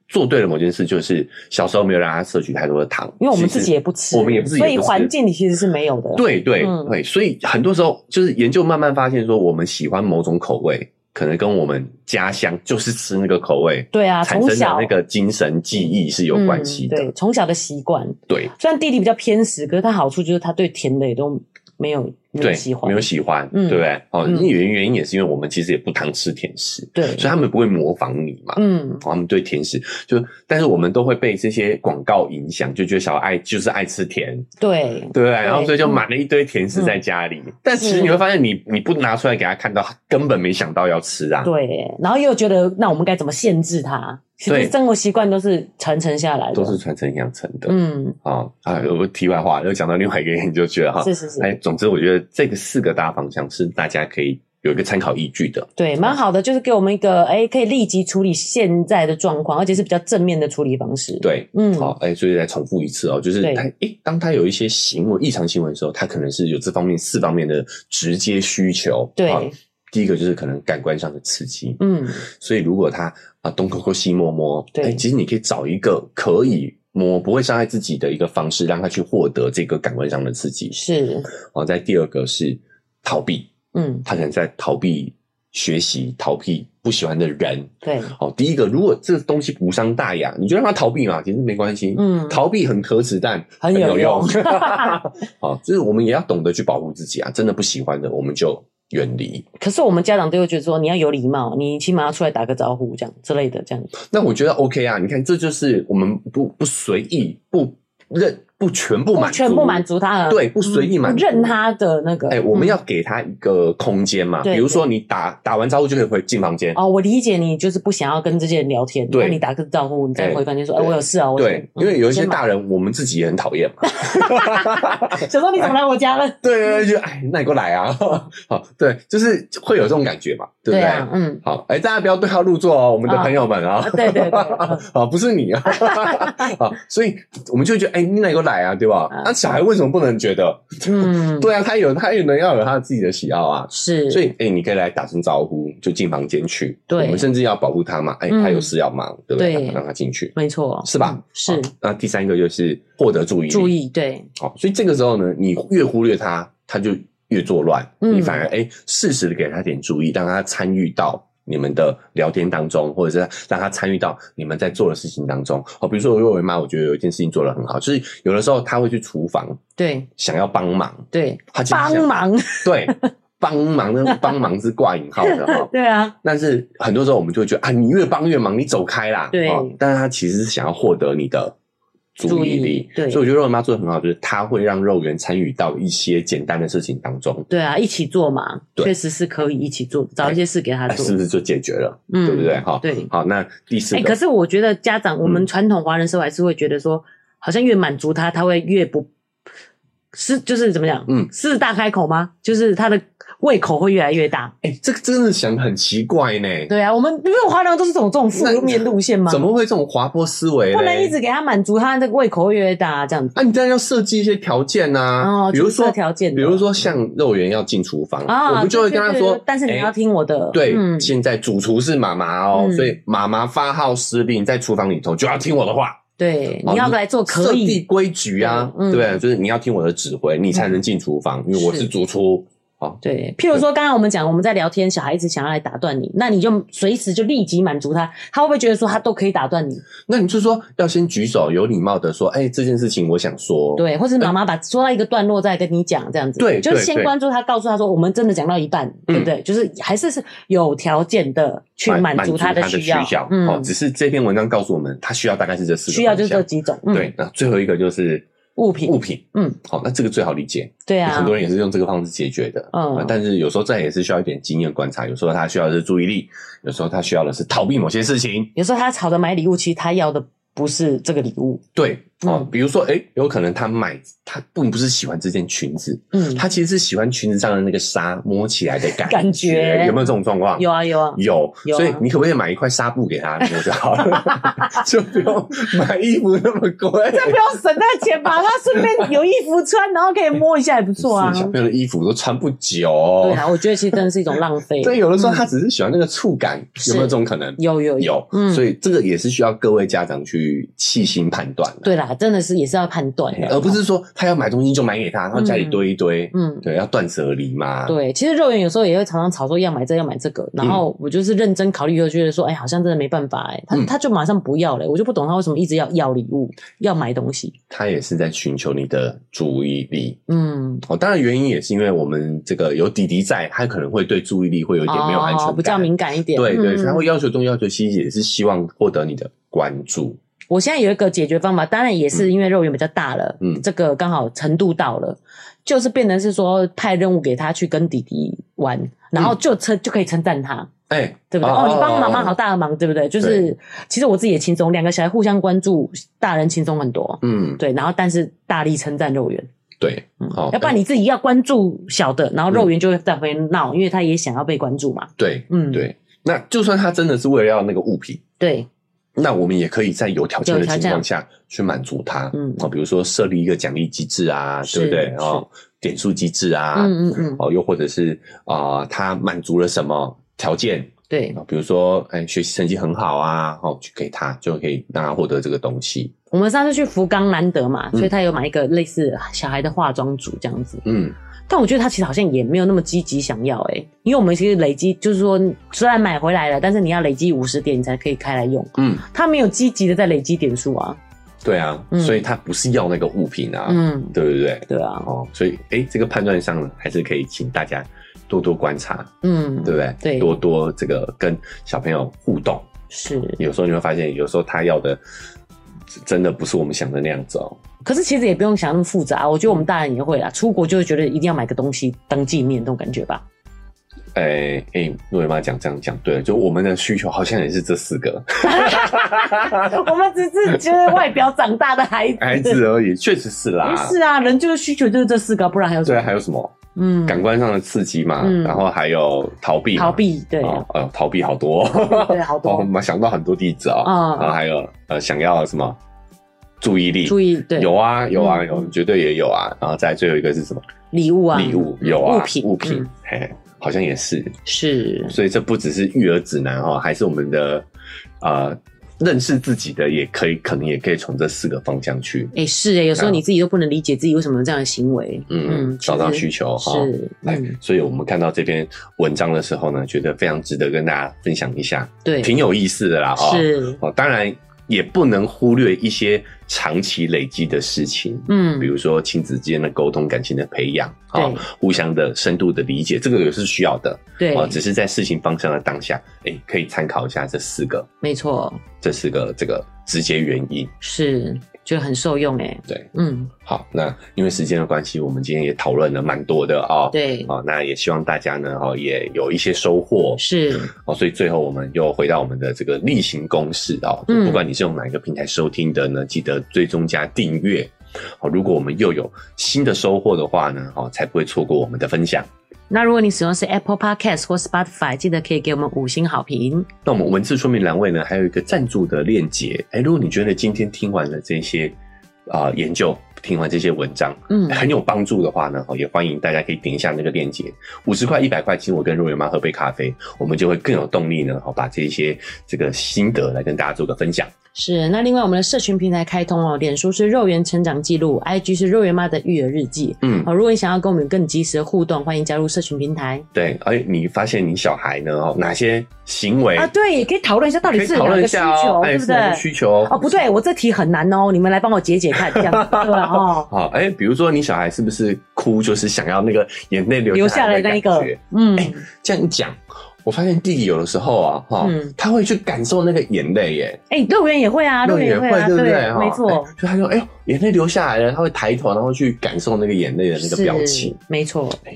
做对了某件事，就是小时候没有让她摄取太多的糖，
因为我们
其实
自己也不吃，
我们也自己
所
也
以
不吃
环境里其实是没有的。，
对对
嗯
对，所以很多时候就是研究慢慢发现说，我们喜欢某种口味，可能跟我们家乡就是吃那个口味。
对啊，
产
从
生的
小
那个精神记忆是有关系
嗯
的，
对，从小的习惯。
对
虽然弟弟比较偏食，可是他好处就是他对甜的也都没有没有
对
喜，欢，
没有喜欢，
嗯
对不对？哦，
嗯
因为原因也是因为我们其实也不常吃甜食，
对，
所以他们不会模仿你嘛，
嗯，
哦他们对甜食就，但是我们都会被这些广告影响，就觉得小孩爱就是爱吃甜，
对，
对不对？然后所以就
嗯
买了一堆甜食在家里，但其实你会发现你，你不拿出来给他看到，他根本没想到要吃啊。
对，然后又觉得那我们该怎么限制它？其实
对
生活习惯都是传承下来的，
都是传承养成的
嗯，
啊、啊！我题外话又讲到另外一个研究去了哈。
是是是，
哎，总之我觉得这个四个大方向是大家可以有一个参考依据的。
对，蛮好的，就是给我们一个哎，可以立即处理现在的状况，而且是比较正面的处理方式。，
对，
嗯，
好、哎，所以再重复一次哦，就是
对
他，哎，当他有一些行为异常行为的时候，他可能是有这方面四方面的直接需求。
对
啊第一个就是可能感官上的刺激，
嗯，
所以如果他啊东抠抠西摸摸，
对
哎其实你可以找一个可以摸不会伤害自己的一个方式，让他去获得这个感官上的刺激。
是，
哦，在第二个是逃避，
嗯，
他可能在逃避学习，逃避不喜欢的人。
对，
哦，第一个，如果这东西无伤大雅，你就让他逃避嘛，其实没关系。
嗯
逃避很可耻，但
很有
有
用
好、就是我们也要懂得去保护自己啊，真的不喜欢的，我们就远离。
可是我们家长都会觉得说，你要有礼貌，你起码要出来打个招呼，这样之类的，这样。
那我觉得 OK 啊，你看，这就是我们不不随意、不认、不全部
不
满足、
全部满足他的，
对不随意
嗯
满足
不认他的那个。
哎、我们
嗯
要给他一个空间嘛，
对
比如说你打打完招呼就可以回进房间，
哦，我理解你就是不想要跟这些人聊天，
对
那你打个招呼，你再
哎
回房间说，哎，
对
我有事啊，我
对，
先
因为有一
嗯
些
先忙
大人，我们自己也很讨厌嘛。
想说你怎么来我家了？
对对对，就哎，那你给我来啊！ 好，对，就是会有这种感觉嘛，对不对？
啊，嗯，
好，哎，大家不要对号入座哦，我们的
啊
朋友们啊，
对对对 嗯
啊，不是你啊， 啊，所以我们就觉得，哎，你哪个来啊，对吧
啊？
那小孩为什么不能觉得？
嗯，
对啊，他有他也能要有他自己的喜好啊，
是，
所以，哎、你可以来打声招呼，就进房间去。
对
我们甚至要保护他嘛，哎、
嗯
他有事要忙，对不对？
对
让他进去，
没错，
是吧
嗯是
好，那第三个就是获得注意力，
注意，对，
好，所以这个时候呢，你越忽略他，他就越作乱。
嗯
你反而哎，诶适时的给他点注意，让他参与到你们的聊天当中，或者是让他参与到你们在做的事情当中。好，比如说我有为妈，我觉得有一件事情做得很好，就是有的时候他会去厨房
对
想要帮忙，
对，
他其实
帮
想
忙，，
对。帮忙呢？帮忙是挂引号的哈
对啊，
但是很多时候我们就会觉得啊，你越帮越忙，你走开啦。
对
哦但是他其实是想要获得你的注意力。
注意对
所以我觉得肉圆妈做的很好，就是她会让肉圆参与到一些简单的事情当中，
对啊，一起做嘛，
对
确实是可以一起做，找一些事给他
哎
做
是，不是就解决了？
嗯，
对不啊对？哈，
对，
好，那第四
哎，
个，
可是我觉得家长，我
嗯
们传统华人社会还是会觉得说，好像越满足他，他会越不。是，就是怎么讲？
嗯
是大开口吗？就是他的胃口会越来越大。
哎、这个真的想得很奇怪呢，
对啊，我们因为华人都是走这种负
那
面路线嘛，
怎么会这种滑坡思维？
不能一。直给他满足他的胃口会越来越大这样子？
啊，你当然要设计一些条件呐、
哦
啊比如
就是
说
设条件的
比如说像肉圆要进厨房，
啊，
我们就会跟他
对对
说
对，但是你
哎
要听我的，
对，
嗯，
现在主厨是妈妈哦，
嗯
所以妈妈发号施令，在厨房里头就要听我的话，
对，
哦
你要来做
设
可
定
以，
规矩啊，
嗯
对不对？就是你要听我的指挥，你才能进厨房，因为我是主厨。好，
对，譬如说刚刚我们讲，我们在聊天，小孩子想要来打断你，那你就随时就立即满足他，他会不会觉得说他都可以打断你？
那你就说要先举手，有礼貌的说，哎，这件事情我想说。
对，或是妈妈把说到一个段落再跟你讲这样子，
对
就是
对
先
对
关注他，告诉他说我们真的讲到一半，对不对？就是还是是有条件的去
满
足他
的
需
要，哦，
嗯，
只是这篇文章告诉我们，他需要大概是这四个
需要就是这
方向
几种，嗯，
对。那最后一个就是
物品
物品，
嗯，
好，那这个最好理解，
对啊，
很多人也是用这个方式解决的，
嗯
啊但是有时候这也是需要一点经验观察，有时候他需要的是注意力，有时候他需要的是逃避某些事情，
有时候他吵着买礼物，其实他要的不是这个礼物，
对，哦，比如说，哎、有可能他买他并不是喜欢这件裙子，
嗯，
他其实是喜欢裙子上的那个纱摸起来的感觉，
感觉
有没有这种状况？
有啊有啊，
有，
有啊
所以你可不可以买一块纱布给他摸就 好了，就不用买衣服那么贵。
不要省那钱吧，他顺便有衣服穿，然后可以摸一下也不错啊
是。小朋友的衣服都穿不久、
对啊，我嗯觉得其实真的是一种浪费。
哦 所以有的时候他只是喜欢那个触感，有没有这种可能？
有有
有，
嗯
所以这个也是需要各位家长去细心判断的，
对啦，真的是也是要判断的，
而不是说他要买东西就买给他，然后家里堆一堆，
嗯。
对，要断舍离嘛，
对，其实肉圆有时候也会常常吵说要买这要买这个，然后我就是认真考虑以后觉得说，哎，好像真的没办法哎，他
嗯
他就马上不要了，我就不懂他为什么一直要要礼物，要买东西。
他也是在寻求你的注意力。
嗯，
哦，当然原因也是因为我们这个有弟弟在，他可能会对注意力会有一点没有安
哦
全感，
比较敏感一点。
对对，
嗯
所以他会要求东要求西，也是希望获得你的关注。
我现在有一个解决方法，当然也是因为肉圆比较大了，
嗯
这个刚好程度到了，就是变成是说派任务给他去跟弟弟玩，然
嗯
后就称、就可以称赞他，
哎、
对不对？哦，你帮妈妈好，大的忙，对不对？就是其实我自己也轻松，两个小孩互相关注，大人轻松很多。
嗯，
对，然后但是大力称赞肉圆，
对，
嗯
好、
要不然你自己要关注小的，然后肉圆就会在旁边闹，因为他也想要被关注嘛。
对
嗯，
对，那就算他真的是为了要那个物品，
对，
那我们也可以在有条件的
有条
情
件
况下去满足他，
嗯
哦，比如说设立一个奖励机制啊，对不对
是？
哦，点数机制啊，
嗯嗯嗯，
哦，又或者是啊、他满足了什么条件，
对。
啊，比如说，哎，学习成绩很好啊，哦，就给他，就可以让他获得这个东西。
我们上次去福冈难得嘛，
嗯
所以他有买一个类似小孩的化妆组这样子。
嗯，
但我觉得他其实好像也没有那么积极想要哎、因为我们其实累积，就是说虽然买回来了，但是你要累积五十点你才可以开来用，
嗯，
他没有积极的在累积点数啊。
对啊，
嗯
所以他不是要那个物品啊，
嗯，
对不对？
对啊，
哦，所以，哎，这个判断上呢，还是可以请大家多多观察，
嗯，
对不对？
对
多多这个跟小朋友互动，
是。
有时候你会发现，有时候他要的真的不是我们想的那样子哦。
可是其实也不用想那么复杂，我觉得我们大人也会啦，出国就会觉得一定要买个东西当纪念那种感觉 吧。
哎哎，诺维妈讲这样讲对了，就我们的需求好像也是这四个
我们只是觉得外表长大的孩子，
孩子啊而已，确实是啦。
不是啊，人就是需求就是这四个，不然还有什
对啊，
么？
还有什么？
嗯，
感官上的刺激嘛，
嗯
然后还有逃避嘛，
逃避对。
哦，呃，逃避好 多，
对好多
哦我们想到很多例子啊、
嗯
然后还有呃，想要什么注意力，
注意对
有啊，有啊，
嗯
有，绝对也有啊，然后再最后一个是什么？
礼物啊，
礼物有啊，
物品
物品
嗯，
嘿，好像也是，
是
所以这不只是育儿指南哈、哦，还是我们的呃认识自己的，也可以，可能也可以从这四个方向去，
哎、是哎、有时候你自己都不能理解自己为什么有这样的行为。
嗯，找到需
求
求哈、
是，
哎
嗯，，
所以我们看到这篇文章的时候呢，觉得非常值得跟大家分享一下，
对，
挺有意思的啦哦。
是，
哦，当然也不能忽略一些长期累积的事情，
嗯
比，如说亲子之间的沟通、感情的培养啊、哦
对，
互相的深度的理解，这个也是需要的
对，
哦。只是在事情方向的当下，哎，可以参考一下这四个，
没错，
这四个这个直接原因。
是，觉得很受用哎、
对，
嗯，
好，那因为时间的关系，我们今天也讨论了蛮多的哦。。
对，
哦，那也希望大家呢，哦，也有一些收获。
是，
哦，所以最后我们又回到我们的这个例行公事啊、哦，
嗯
不管你是用哪一个平台收听的呢，记得追踪加订阅。哦，如果我们又有新的收获的话呢，哦，才不会错过我们的分享。
那如果你使用是 Apple Podcast 或 Spotify，记得可以给我们五星好评。
那我们文字说明栏位呢，还有一个赞助的链接。哎，如果你觉得今天听完了这些啊、研究，听完这些文章，
嗯
很有帮助的话呢，哦也欢迎大家可以点一下那个链接，五十块、一百块，请我跟若圆妈喝杯咖啡，我们就会更有动力呢，好哦把这些这个心得来跟大家做个分享。
是，那另外我们的社群平台开通哦，脸书是肉圆成长记录，IG 是肉圆妈的育儿日记。
嗯，
哦，如果你想要跟我们有更及时的互动，欢迎加入社群平台
对，而且你发现你小孩呢，哦哪些行为
啊。对，也可以讨论一下到
哎可
底
以
是
讨
哪
论一
个需
下哦
求，，
哎，
对不
是
对
哪？个需求
哦，不对，我这题很难哦，你们来帮我解解看，这样 子对吧？哦，
好，哎、比如说你小孩是不是哭，就是想要那个眼泪流
留
下
下
来
来那
的感
一个
觉？，
嗯，
哎这样一讲，我发现弟弟有的时候啊，哈、
嗯
他会去感受那个眼泪耶，
哎，肉圆也会啊，
那
肉
个
圆也
也
会
会
啊，
对不对？哈
没错
哎，就他说，哎呦，眼泪流下来了，他会抬头，然后去感受那个眼泪的那个表情。
是，没错，
哎、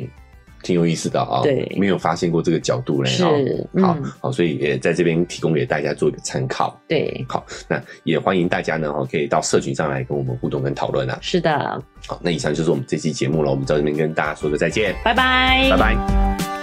挺有意思的啊、
对
没有发现过这个角度嘞啊、
是嗯
好好，所以呃也在这边提供给大家做一个参考。
对，
好，那也欢迎大家呢，哦，可以到社群上来跟我们互动跟讨论啊。
是的，
好，那以上就是我们这期节目了，我们到这边跟大家说个再见，
拜拜，
拜拜。